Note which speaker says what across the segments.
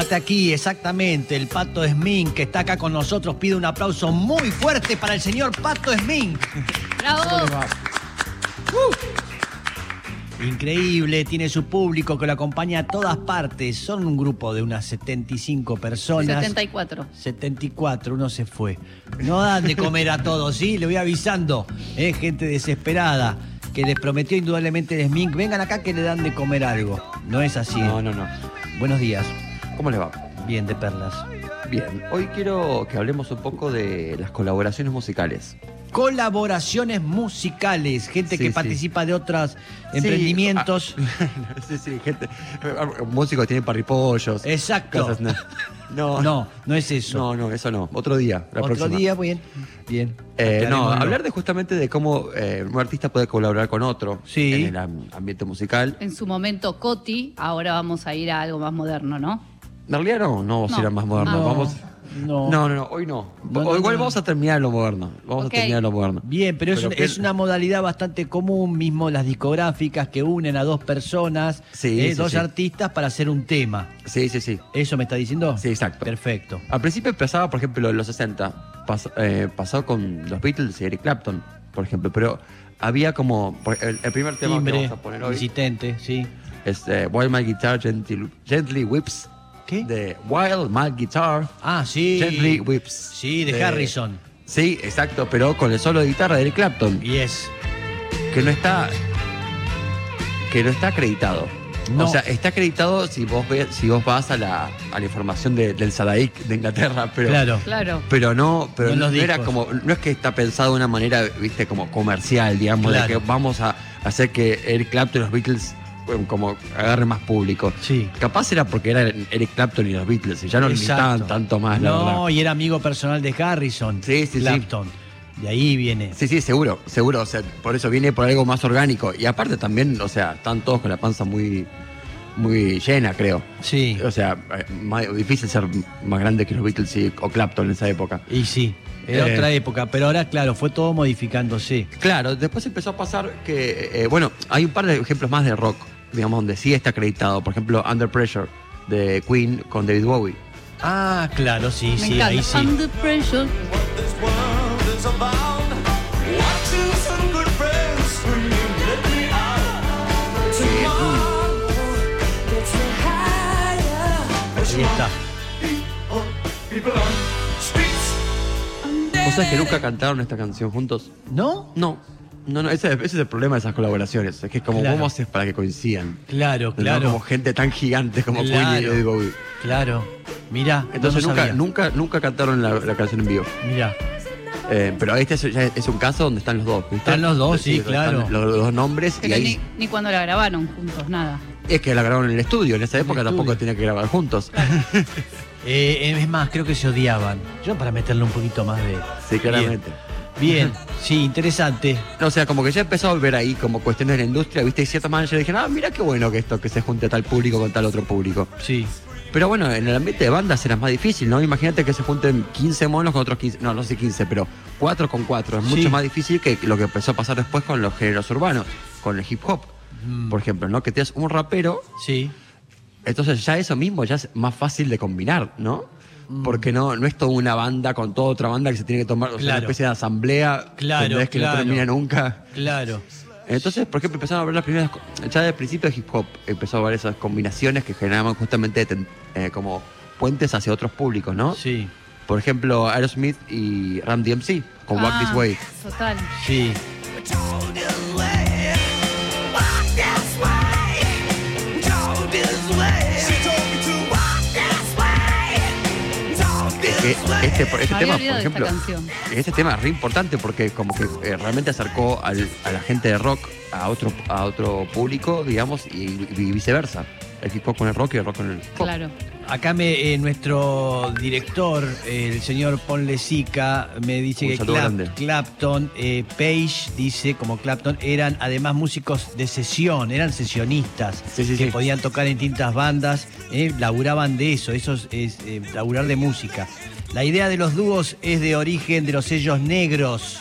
Speaker 1: está aquí, exactamente, el Pato Esmin, que está acá con nosotros. Pide un aplauso muy fuerte para el señor Pato Esmin.
Speaker 2: Bravo.
Speaker 1: Increíble, tiene su público que lo acompaña a todas partes. Son un grupo de unas 75 personas.
Speaker 2: 74.
Speaker 1: 74, uno se fue. No dan de comer a todos, ¿sí? Le voy avisando. ¿eh? Gente desesperada que les prometió indudablemente el Smink, vengan acá que le dan de comer algo. No es así.
Speaker 3: No, no, no.
Speaker 1: Buenos días.
Speaker 3: ¿Cómo les va?
Speaker 1: Bien, de perlas.
Speaker 3: Bien, hoy quiero que hablemos un poco de las colaboraciones musicales.
Speaker 1: Colaboraciones musicales, gente
Speaker 3: Sí,
Speaker 1: que
Speaker 3: sí.
Speaker 1: participa de otros
Speaker 3: Sí,
Speaker 1: emprendimientos.
Speaker 3: ah, sí, sí, gente. Músicos tienen parripollos.
Speaker 1: Exacto.
Speaker 3: cosas- no, no,
Speaker 1: No, no es eso.
Speaker 3: no, no, eso no. Otro día, la
Speaker 1: Otro
Speaker 3: próxima.
Speaker 1: día, bien. Bien.
Speaker 3: Eh, no,
Speaker 1: Aclarémoslo.
Speaker 3: hablar de justamente de cómo eh, un artista puede colaborar con otro
Speaker 1: Sí.
Speaker 3: en el am- ambiente musical.
Speaker 2: En su momento Coti, ahora vamos a ir a algo más moderno, ¿no?
Speaker 3: En realidad no, no vamos
Speaker 2: No.
Speaker 3: a ir a más moderno.
Speaker 1: No,
Speaker 3: Vamos,
Speaker 1: no.
Speaker 3: no. no, no, hoy no.
Speaker 1: No,
Speaker 3: O-
Speaker 1: no,
Speaker 3: igual
Speaker 1: no.
Speaker 3: vamos a terminar lo moderno. Vamos
Speaker 2: Ok.
Speaker 3: a terminar lo moderno.
Speaker 1: Bien, pero, es,
Speaker 3: Pero
Speaker 1: un-
Speaker 3: que-
Speaker 1: es una modalidad bastante común, mismo las discográficas que unen a dos personas,
Speaker 3: Sí,
Speaker 1: eh,
Speaker 3: sí,
Speaker 1: dos
Speaker 3: sí.
Speaker 1: artistas para hacer un tema.
Speaker 3: Sí, sí, sí.
Speaker 1: ¿Eso me está diciendo?
Speaker 3: Sí, exacto.
Speaker 1: Perfecto.
Speaker 3: Al principio empezaba, por ejemplo, en los 60. Pas- eh, pasó con los Beatles y Eric Clapton, por ejemplo. Pero había como. por- El, el primer tema que
Speaker 1: Timbre,
Speaker 3: vamos a poner hoy
Speaker 1: insistente, sí.
Speaker 3: es eh, Wild My Guitar Gently, Gently Whips.
Speaker 1: ¿Qué?
Speaker 3: De Wild My Guitar
Speaker 1: Ah, sí.
Speaker 3: Gently Whips.
Speaker 1: Sí, de Harrison.
Speaker 3: Sí, exacto, pero con el solo de guitarra de Eric Clapton,
Speaker 1: Yes.
Speaker 3: que no está. que no está acreditado.
Speaker 1: No.
Speaker 3: O sea, está acreditado si vos ves- si vos vas a la, a la información de- del Sadaic de Inglaterra, pero.
Speaker 1: claro.
Speaker 2: Claro.
Speaker 3: Pero no, pero
Speaker 1: No en
Speaker 3: no,
Speaker 1: los
Speaker 3: era
Speaker 1: discos.
Speaker 3: como, no es que está pensado de una manera, viste, como comercial, digamos,
Speaker 1: Claro.
Speaker 3: de que vamos a hacer que Eric Clapton y los Beatles bueno, como agarren más público.
Speaker 1: Sí.
Speaker 3: Capaz era porque eran Eric Clapton y los Beatles, y ya no
Speaker 1: Exacto.
Speaker 3: necesitaban tanto más, la
Speaker 1: no,
Speaker 3: verdad.
Speaker 1: y era amigo personal de Harrison.
Speaker 3: Sí, sí, sí.
Speaker 1: Clapton. De ahí viene.
Speaker 3: Sí, sí, seguro, seguro, o sea, por eso viene por algo más orgánico. Y aparte también, o sea, están todos con la panza muy, muy llena, creo.
Speaker 1: Sí.
Speaker 3: O sea, eh, más- difícil ser más grande que los Beatles y- o Clapton en esa época.
Speaker 1: Y sí. Era
Speaker 3: Eh.
Speaker 1: otra época, pero ahora, claro, fue todo modificándose.
Speaker 3: Claro, después empezó a pasar que, eh, bueno, hay un par de ejemplos más de rock, digamos, donde sí está acreditado. Por ejemplo, Under Pressure de Queen con David Bowie.
Speaker 1: Ah, claro, sí,
Speaker 2: Me
Speaker 1: sí,
Speaker 2: encanta.
Speaker 1: ahí sí.
Speaker 2: Under pressure.
Speaker 4: This world is about watching some good friends when you let me out.
Speaker 3: Eh,
Speaker 4: Tomorrow, it's a higher. As
Speaker 1: Ahí está.
Speaker 4: people, people on streets.
Speaker 3: ¿Vos sabés que nunca cantaron esta canción juntos?
Speaker 1: ¿No?
Speaker 3: No, no, no, ese, ese es el problema de esas colaboraciones. Es que es como,
Speaker 1: Claro.
Speaker 3: ¿cómo haces para que coincidan?
Speaker 1: Claro,
Speaker 3: No
Speaker 1: claro.
Speaker 3: como gente tan gigante como Queen y David
Speaker 1: Claro,
Speaker 3: Bowie.
Speaker 1: claro. Mirá,
Speaker 3: Entonces
Speaker 1: no lo
Speaker 3: nunca,
Speaker 1: sabía.
Speaker 3: nunca, nunca cantaron la, la canción en vivo.
Speaker 1: Mirá.
Speaker 3: Eh, pero este es, ya es un caso donde están los dos. ¿viste?
Speaker 1: Están los dos, sí,
Speaker 3: donde
Speaker 1: claro.
Speaker 3: están Los, los dos nombres y
Speaker 2: Pero
Speaker 3: ahí
Speaker 2: ni, ni cuando la grabaron juntos, nada.
Speaker 3: Es que la grabaron en el estudio, en esa
Speaker 1: En el
Speaker 3: época
Speaker 1: estudio.
Speaker 3: tampoco tenían que grabar juntos.
Speaker 1: Eh, es más, creo que se odiaban. Yo para meterle un poquito más de.
Speaker 3: sí, claramente.
Speaker 1: Bien, Bien, sí, interesante.
Speaker 3: O sea, como que ya empezó a volver ahí como cuestiones de la industria, viste, y ciertos managers dijeron, ah, mira qué bueno que esto, que se junte tal público con tal otro público.
Speaker 1: Sí.
Speaker 3: Pero bueno, en el ambiente de bandas era más difícil, ¿no? Imagínate que se junten 15 monos con otros 15, no, no sé 15, pero 4 con 4. Es
Speaker 1: Sí.
Speaker 3: mucho más difícil que lo que empezó a pasar después con los géneros urbanos, con el hip hop,
Speaker 1: Mm.
Speaker 3: por ejemplo, ¿no? Que tienes un rapero
Speaker 1: Sí.
Speaker 3: Entonces ya eso mismo ya es más fácil de combinar, ¿no?
Speaker 1: Mm.
Speaker 3: Porque no, no es toda una banda con toda otra banda que se tiene que tomar, o sea, una
Speaker 1: Claro.
Speaker 3: especie de asamblea
Speaker 1: Claro,
Speaker 3: ¿entendés? que
Speaker 1: claro.
Speaker 3: no termina nunca.
Speaker 1: Claro.
Speaker 3: Entonces, por ejemplo, empezaron a ver las primeras, co- ya desde el principio de hip hop empezó a haber esas combinaciones que generaban justamente ten- eh, como puentes hacia otros públicos, ¿no?
Speaker 1: Sí.
Speaker 3: Por ejemplo, Aerosmith y Ram DMC con Walk This
Speaker 2: Ah,
Speaker 3: Way.
Speaker 2: Total.
Speaker 1: Sí.
Speaker 4: Told his way. Walk this way. Told his way. She told me to walk this way. Told
Speaker 3: que
Speaker 4: this way.
Speaker 3: este, por- este
Speaker 2: Me había
Speaker 3: tema, por
Speaker 2: olvidado de esta
Speaker 3: ejemplo,
Speaker 2: canción.
Speaker 3: este tema es re importante porque como que eh, realmente acercó al- a la gente de rock a otro a otro público, digamos, y, y viceversa. El hip hop con el rock y el rock con el hip hop.
Speaker 2: Claro.
Speaker 1: Acá me, eh, nuestro director, eh, el señor Ponlecica, me dice
Speaker 3: Un
Speaker 1: que
Speaker 3: saludo
Speaker 1: Clap-
Speaker 3: grande.
Speaker 1: Clapton, eh, Page, dice como Clapton, eran además músicos de sesión, eran sesionistas
Speaker 3: Sí, sí,
Speaker 1: que
Speaker 3: sí.
Speaker 1: podían tocar en distintas bandas, eh, laburaban de eso, eso es, es, eh, laburar de música. La idea de los dúos es de origen de los sellos negros,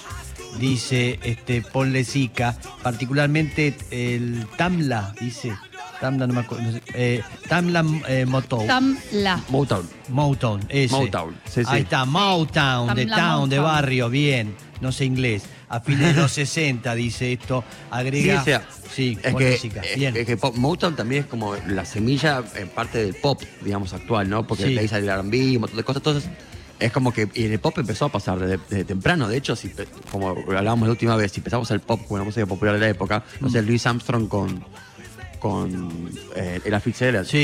Speaker 1: dice este Ponlecica, particularmente el Tamla, dice. Tamla, no me acuerdo. no sé, eh, Tamla eh, Motown.
Speaker 2: Tam la.
Speaker 3: Motown.
Speaker 1: Motown, ese.
Speaker 3: Motown, sí, sí.
Speaker 1: Ahí está, Motown, de
Speaker 2: Tamla
Speaker 1: town, de
Speaker 2: Motown.
Speaker 1: barrio, bien. No sé inglés. A fines de los 60, dice esto.
Speaker 3: Sí,
Speaker 1: Agrega.
Speaker 3: o sea,
Speaker 1: sí,
Speaker 3: es
Speaker 1: buena
Speaker 3: que,
Speaker 1: chica,
Speaker 3: es-
Speaker 1: bien.
Speaker 3: es que pop- Motown también es como la semilla en parte del pop, digamos, actual, ¿no? Porque
Speaker 1: Sí.
Speaker 3: de ahí sale el R&B y un montón de cosas. Entonces, es como que y el pop empezó a pasar desde, desde temprano. De hecho, si, pe- como hablábamos la última vez, si empezamos el pop con la música popular de la época, no
Speaker 1: Mm.
Speaker 3: sé, Louis Armstrong con con eh, Ella Fitzgerald, por
Speaker 1: Sí,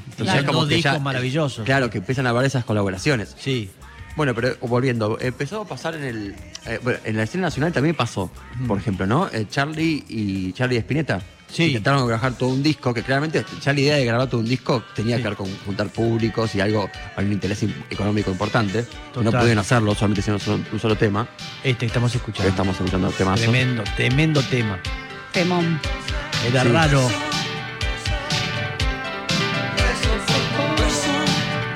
Speaker 3: ejemplo. Entonces,
Speaker 1: claro,
Speaker 3: es como
Speaker 1: dos
Speaker 3: que
Speaker 1: discos maravillosos.
Speaker 3: Claro, que empiezan a haber esas colaboraciones.
Speaker 1: Sí.
Speaker 3: Bueno, pero volviendo, empezó a pasar en el. eh, bueno, en la escena nacional también pasó, por ejemplo, ¿no? Eh, Charlie y Charlie Espineta.
Speaker 1: Sí.
Speaker 3: Intentaron grabar todo un disco, que claramente ya la idea de grabar todo un disco tenía
Speaker 1: Sí.
Speaker 3: que ver con juntar públicos y algo, algún interés im- económico importante. No
Speaker 1: Total.
Speaker 3: pudieron hacerlo, solamente hicieron solo- un solo tema.
Speaker 1: Este que estamos escuchando.
Speaker 3: Estamos escuchando temas.
Speaker 1: Tremendo, tremendo tema.
Speaker 2: Temón.
Speaker 1: Era
Speaker 3: Sí.
Speaker 1: raro.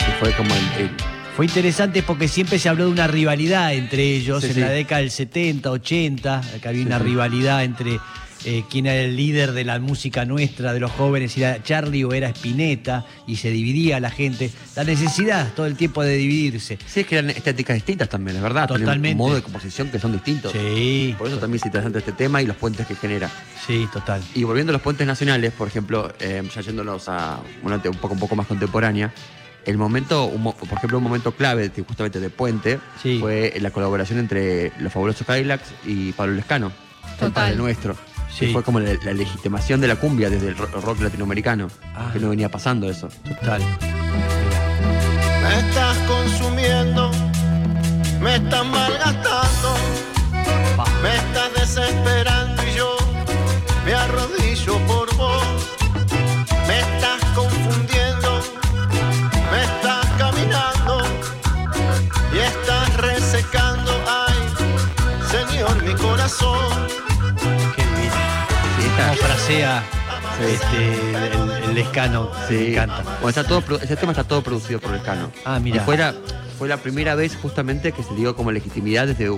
Speaker 3: Y fue como el. el-
Speaker 1: Fue interesante porque siempre se habló de una rivalidad entre ellos
Speaker 3: Sí,
Speaker 1: en
Speaker 3: sí.
Speaker 1: la década del 70, 80, que había
Speaker 3: Sí,
Speaker 1: una
Speaker 3: sí.
Speaker 1: rivalidad entre eh, quién era el líder de la música nuestra, de los jóvenes, si era Charlie o era Spinetta, y se dividía la gente. La necesidad todo el tiempo de dividirse.
Speaker 3: sí, es que eran estéticas distintas también, es verdad. Tienen
Speaker 1: Totalmente.
Speaker 3: Un modo de composición que son distintos.
Speaker 1: Sí,
Speaker 3: Por eso también es interesante este tema y los puentes que genera.
Speaker 1: sí, total.
Speaker 3: Y volviendo a los puentes nacionales, por ejemplo, eh, ya yéndonos a una te- un poco, un poco más contemporánea, el momento, un mo- por ejemplo, un momento clave de- justamente de puente
Speaker 1: Sí.
Speaker 3: fue la colaboración entre los fabulosos Cadillacs y Pablo Lescano, el
Speaker 2: Total.
Speaker 3: padre nuestro.
Speaker 1: Sí.
Speaker 3: Que fue como la, la legitimación de la cumbia desde el ro- rock latinoamericano,
Speaker 1: Ah.
Speaker 3: que no venía pasando eso.
Speaker 1: Total.
Speaker 4: Me estás consumiendo, me estás malgastando, me estás desesperando y yo me arrodillo por vos. Me estás confundiendo, me estás caminando y estás resecando, ay, señor, mi corazón.
Speaker 1: Qué lindo.
Speaker 3: Sí, esta-
Speaker 1: Como frasea
Speaker 3: Sí.
Speaker 1: este, el, el escano.
Speaker 3: Sí.
Speaker 1: Me encanta.
Speaker 3: Bueno, está todo, produ- ese tema está todo producido por Lescano.
Speaker 1: Ah, mirá.
Speaker 3: Y Fue la, fue la primera vez justamente que se le dio como legitimidad desde u-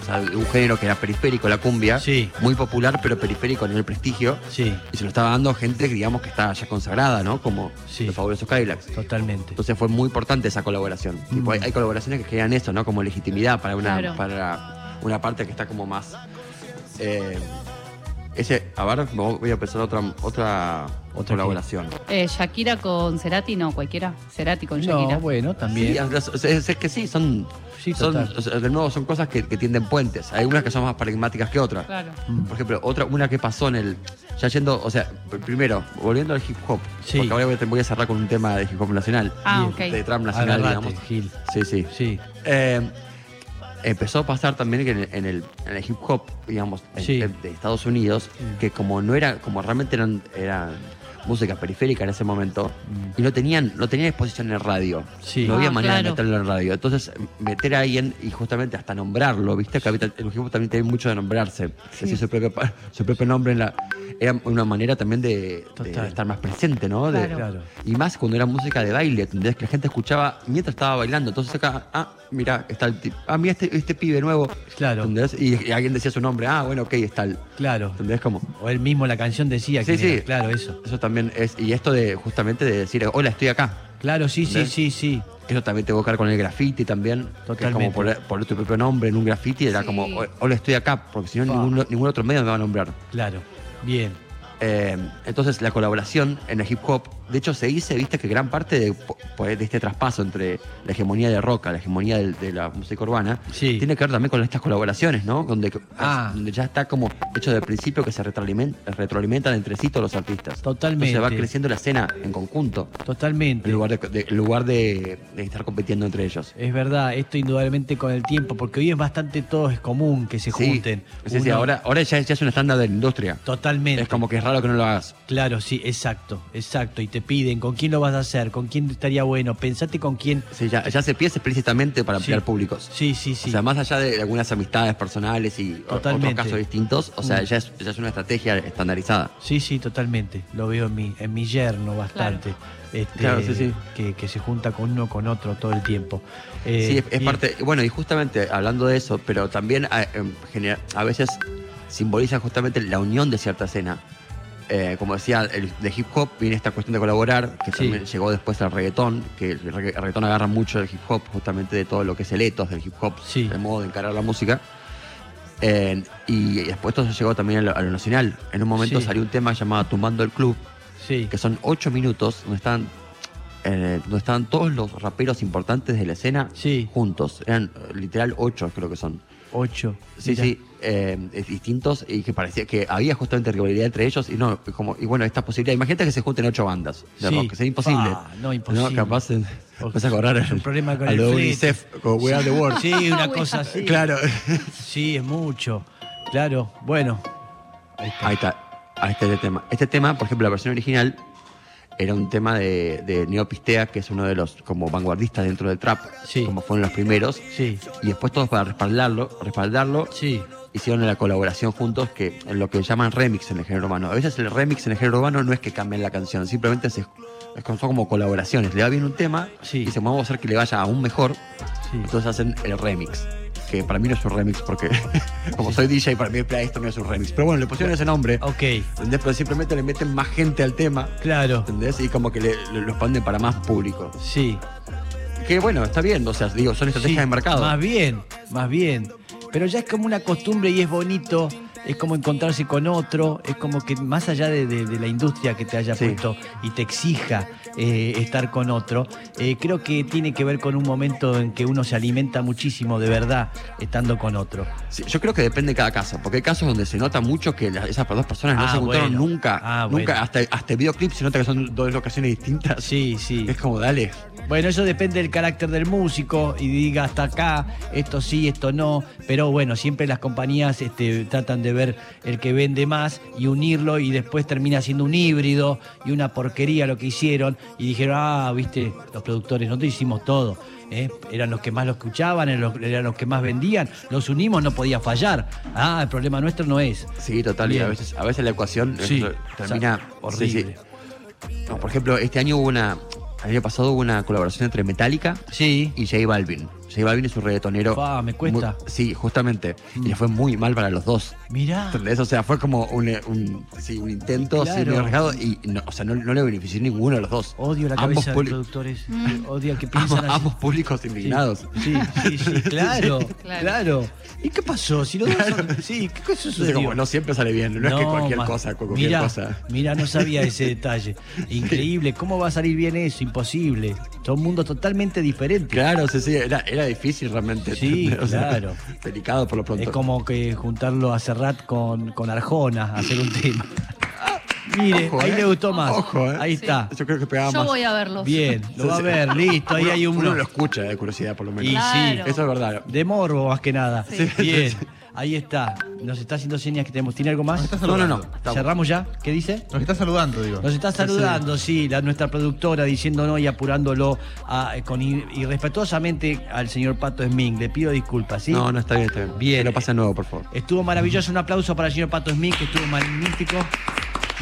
Speaker 3: o sea, de un género que era periférico, la cumbia.
Speaker 1: Sí.
Speaker 3: Muy popular, pero periférico en el prestigio.
Speaker 1: Sí,
Speaker 3: Y se lo estaba dando a gente, digamos, que está ya consagrada, ¿no? Como
Speaker 1: Sí.
Speaker 3: los fabulosos Cadillacs.
Speaker 1: totalmente.
Speaker 3: Entonces fue muy importante esa colaboración.
Speaker 1: Mm.
Speaker 3: Tipo, hay, hay colaboraciones que crean eso, ¿no? Como legitimidad para una,
Speaker 2: Claro.
Speaker 3: para una parte que está como más. eh, ese, a ver, voy a pensar otra, otra,
Speaker 1: Otra
Speaker 3: colaboración.
Speaker 2: Eh, Shakira con Cerati, no, cualquiera. Cerati con Shakira.
Speaker 1: No, bueno, también.
Speaker 3: Sí, es, es- es que sí, son,
Speaker 1: Sí,
Speaker 3: son
Speaker 1: total.
Speaker 3: o sea, de nuevo son cosas que, que tienden puentes. Hay unas que son más paradigmáticas que otras.
Speaker 2: Claro.
Speaker 1: Mm.
Speaker 3: Por ejemplo, otra, una que pasó en el. Ya yendo, o sea, primero, volviendo al hip hop.
Speaker 1: Sí.
Speaker 3: Porque ahora voy a- voy a cerrar con un tema de hip hop nacional.
Speaker 2: Ah,
Speaker 1: Bien.
Speaker 2: ok.
Speaker 3: De trap nacional,
Speaker 1: Agarrate,
Speaker 3: digamos.
Speaker 1: Gil.
Speaker 3: Sí, sí.
Speaker 1: Sí,
Speaker 3: Eh, empezó a pasar también que en el, en el- en el hip hop, digamos, en-
Speaker 1: Sí.
Speaker 3: de, de Estados Unidos, que como no era, como realmente eran, eran música periférica en ese momento, y no tenían, no tenían exposición en el radio.
Speaker 1: Mm. Sí.
Speaker 3: No había
Speaker 2: Ah,
Speaker 3: manera de
Speaker 2: claro.
Speaker 3: meterlo en el radio. Entonces, meter a alguien y justamente hasta nombrarlo, ¿viste? Que ahorita el hip hop también tiene mucho de nombrarse. Decir su propio, pa- su propio nombre en la. Era una manera también de, de
Speaker 1: Total.
Speaker 3: estar más presente, ¿no? De-
Speaker 2: Claro.
Speaker 1: claro.
Speaker 3: y más cuando era música de baile, ¿entendés? Que la gente escuchaba mientras estaba bailando. Entonces acá, ah, mira, está el tipo, ah, mira este, este pibe nuevo.
Speaker 1: Claro.
Speaker 3: ¿Entendés? Y, y alguien decía su nombre, ah, bueno, ok, está el.
Speaker 1: Claro.
Speaker 3: ¿Entendés cómo?
Speaker 1: O él mismo la canción decía
Speaker 3: Sí,
Speaker 1: que
Speaker 3: sí.
Speaker 1: claro, eso.
Speaker 3: Eso también es. Y esto de justamente de decir, hola, estoy acá.
Speaker 1: Claro, sí, sí,
Speaker 3: ¿Entendés?
Speaker 1: sí, sí.
Speaker 3: Eso también te evocar con el graffiti también. que es
Speaker 1: Totalmente.
Speaker 3: como poner, poner tu propio nombre en un graffiti, era
Speaker 2: Sí.
Speaker 3: como, hola, estoy acá, porque si no,
Speaker 1: Fa.
Speaker 3: ningún, ningún otro medio me va a nombrar.
Speaker 1: Claro. Bien.
Speaker 3: Eh, entonces la colaboración en el hip hop, de hecho se dice, viste, que gran parte de, po- de este traspaso entre la hegemonía de rock a la hegemonía del- de, la música urbana,
Speaker 1: Sí.
Speaker 3: tiene que ver también con estas colaboraciones, ¿no? Donde,
Speaker 1: Ah.
Speaker 3: donde ya está como hecho del principio que se retroalimen- retroalimentan, entre sí todos los artistas.
Speaker 1: Totalmente.
Speaker 3: Entonces va creciendo la escena en conjunto,
Speaker 1: Totalmente.
Speaker 3: en lugar, de, de- en lugar de- de estar compitiendo entre ellos.
Speaker 1: Es verdad, esto indudablemente con el tiempo, porque hoy es bastante todo es común que se
Speaker 3: Sí,
Speaker 1: junten.
Speaker 3: sí, sí,
Speaker 1: Uno-
Speaker 3: ahora, ahora ya, ya es un estándar de la industria.
Speaker 1: Totalmente.
Speaker 3: Es como que es raro que no lo hagas.
Speaker 1: Claro, sí, exacto, exacto. Y te piden con quién lo vas a hacer, con quién estaría bueno, pensate con quién.
Speaker 3: Sí, ya, ya se piensa explícitamente para ampliar
Speaker 1: Sí.
Speaker 3: públicos.
Speaker 1: Sí, sí, sí.
Speaker 3: O sea, más allá de algunas amistades personales y o-
Speaker 1: Totalmente.
Speaker 3: otros casos distintos, o sea,
Speaker 1: Mm.
Speaker 3: ya es, ya es una estrategia estandarizada.
Speaker 1: Sí, sí, totalmente. Lo veo en mi, en mi yerno bastante. Este,
Speaker 3: Claro, sí, sí.
Speaker 1: Que, que se junta con uno con otro todo el tiempo. Eh,
Speaker 3: sí, es, es
Speaker 1: y-
Speaker 3: parte. Bueno, y justamente hablando de eso, pero ah, em, también a, en genera- a veces simboliza justamente la unión de cierta escena. eh, como decía, el- de hip hop viene esta cuestión de colaborar, que
Speaker 1: Sí.
Speaker 3: también llegó después al reggaetón, que el regga- el reggaetón agarra mucho del hip hop, justamente de todo lo que es el ethos del hip hop,
Speaker 1: Sí.
Speaker 3: el modo de encarar la música. Eh, y, después todo eso llegó también a lo, a lo nacional. En un momento
Speaker 1: Sí.
Speaker 3: salió un tema llamado Tumbando el Club,
Speaker 1: Sí.
Speaker 3: que son ocho minutos donde están, eh, donde están todos los raperos importantes de la escena
Speaker 1: Sí.
Speaker 3: juntos. Eran eh, literal ocho, creo que son.
Speaker 1: Ocho.
Speaker 3: Sí,
Speaker 1: Mira.
Speaker 3: sí, eh, es- distintos y que parecía que había justamente rivalidad entre ellos y no, y como, y bueno, esta posibilidad, imagínate que se junten ocho bandas de
Speaker 1: Sí.
Speaker 3: rock, sería imposible.
Speaker 1: Ah, no, imposible.
Speaker 3: capaz de-
Speaker 1: Porque
Speaker 3: vas a correr
Speaker 1: es un problema con
Speaker 3: a
Speaker 1: el
Speaker 3: lo de
Speaker 1: flete.
Speaker 3: UNICEF, con We Are the World.
Speaker 1: Sí, una cosa así.
Speaker 3: Claro.
Speaker 1: Sí, es mucho. Claro. Bueno. Ahí está.
Speaker 3: Ahí está, ahí está este tema. Este tema, por ejemplo, la versión original era un tema de, de Neopistea, que es uno de los como vanguardistas dentro del trap,
Speaker 1: Sí.
Speaker 3: como fueron los primeros.
Speaker 1: Sí.
Speaker 3: Y después todos para respaldarlo, respaldarlo
Speaker 1: Sí.
Speaker 3: hicieron la colaboración juntos que es lo que llaman remix en el género urbano. A veces el remix en el género urbano no es que cambien la canción, simplemente se es como- son como colaboraciones. Le va bien un tema
Speaker 1: Sí.
Speaker 3: y se vamos a hacer que le vaya aún mejor.
Speaker 1: Sí.
Speaker 3: Entonces hacen el remix. Que para mí no es un remix porque como soy DJ, para mí esto no es un remix. Pero bueno, le pusieron ese nombre.
Speaker 1: Ok.
Speaker 3: ¿Entendés? Pero simplemente le meten más gente al tema.
Speaker 1: Claro.
Speaker 3: ¿Entendés? Y como que le, lo lo expanden para más público.
Speaker 1: Sí.
Speaker 3: Que bueno, está bien. O sea, digo, son estrategias
Speaker 1: Sí,
Speaker 3: de mercado.
Speaker 1: Más bien, más bien. Pero ya es como una costumbre y es bonito, es como encontrarse con otro, es como que más allá de, de- de la industria que te haya
Speaker 3: Sí.
Speaker 1: puesto y te exija eh, estar con otro, eh, creo que tiene que ver con un momento en que uno se alimenta muchísimo de verdad estando con otro.
Speaker 3: Sí, yo creo que depende de cada caso, porque hay casos donde se nota mucho que la- esas dos personas no
Speaker 1: Ah,
Speaker 3: se encontraron
Speaker 1: bueno.
Speaker 3: nunca,
Speaker 1: Ah,
Speaker 3: nunca,
Speaker 1: bueno.
Speaker 3: hasta, hasta el videoclip se nota que son dos locaciones distintas.
Speaker 1: Sí, sí.
Speaker 3: Es como, dale.
Speaker 1: Bueno, eso depende del carácter del músico y diga hasta acá, esto sí, esto no, pero bueno, siempre las compañías este, tratan de ver el que vende más y unirlo y después termina siendo un híbrido y una porquería lo que hicieron y dijeron, ah, viste, los productores, nosotros hicimos todo. ¿eh? Eran los que más lo escuchaban, eran los, eran los que más vendían, los unimos, no podía fallar. Ah, el problema nuestro no es.
Speaker 3: Sí, total, y a
Speaker 1: Bien.
Speaker 3: veces, a veces la ecuación
Speaker 1: Sí,
Speaker 3: eh, termina
Speaker 1: exacto. horrible.
Speaker 3: sí, sí. No, por ejemplo, este año hubo una, el año pasado hubo una colaboración entre Metallica
Speaker 1: Sí.
Speaker 3: y J Balvin. J Balvin es un reggaetonero.
Speaker 1: Fa, me cuesta. Mm.
Speaker 3: muy- sí, justamente. Y le fue muy mal para los dos.
Speaker 1: Mirá.
Speaker 3: ¿Entendés?
Speaker 2: Ah.
Speaker 3: O sea, fue como un, eh, un- sí, un intento así,
Speaker 1: Claro.
Speaker 3: medio arriesgado y no, o sea, no, no le benefició ninguno de los dos.
Speaker 1: Odio la
Speaker 3: Ambos
Speaker 1: cabeza de los
Speaker 3: poli-
Speaker 1: productores. Odio al que
Speaker 3: Ambos,
Speaker 1: piensan así.
Speaker 3: ambos públicos indignados.
Speaker 1: Sí, sí, sí, claro,
Speaker 2: Claro.
Speaker 1: claro. ¿Y qué pasó? Si los dos son- Sí, ¿qué cosa
Speaker 3: Entonces,
Speaker 1: sucedió?
Speaker 3: como no siempre sale bien, no, es que cualquier
Speaker 1: ma-
Speaker 3: cosa, cu- cualquier
Speaker 1: mirá,
Speaker 3: cosa.
Speaker 1: Mirá, no sabía ese detalle. Increíble, ¿cómo va a salir bien eso? Imposible. Son mundos totalmente diferentes.
Speaker 3: Claro, sí, sí, era, era difícil realmente.
Speaker 1: Sí,
Speaker 3: ¿entendés? O sea,
Speaker 1: claro.
Speaker 3: delicado por lo pronto.
Speaker 1: Es como que juntarlo a Serrat con, con Arjona, hacer un tema. Mire,
Speaker 3: Ojo,
Speaker 1: ahí
Speaker 3: eh.
Speaker 1: le gustó más.
Speaker 3: Ojo, eh.
Speaker 1: Ahí
Speaker 3: Sí.
Speaker 1: está.
Speaker 3: Yo creo que pegaba
Speaker 2: Yo
Speaker 3: más.
Speaker 2: voy a verlos.
Speaker 1: Bien, lo va a ver, listo, ahí
Speaker 3: Uno-
Speaker 1: hay
Speaker 3: Uno
Speaker 1: uno.
Speaker 3: lo escucha de curiosidad, por lo menos.
Speaker 1: Y
Speaker 2: Claro.
Speaker 3: Eso es verdad.
Speaker 1: De morbo más que nada.
Speaker 2: Sí.
Speaker 1: Bien, ahí está. Nos está haciendo señas que tenemos. ¿Tiene algo más?
Speaker 3: No, no, no. Estamos.
Speaker 1: ¿Cerramos ya? ¿Qué dice?
Speaker 5: Nos está saludando, digo.
Speaker 1: Nos está saludando, sí, la, nuestra productora diciendo no y apurándolo a- eh, con ir- irrespetuosamente al señor Pato Smink. Le pido disculpas, ¿Ah, ¿sí?
Speaker 3: No, no, está bien, está bien.
Speaker 1: Bien.
Speaker 3: Que no pase de nuevo, por favor.
Speaker 1: Estuvo maravilloso, un aplauso para el señor Pato Smink, que estuvo magnífico.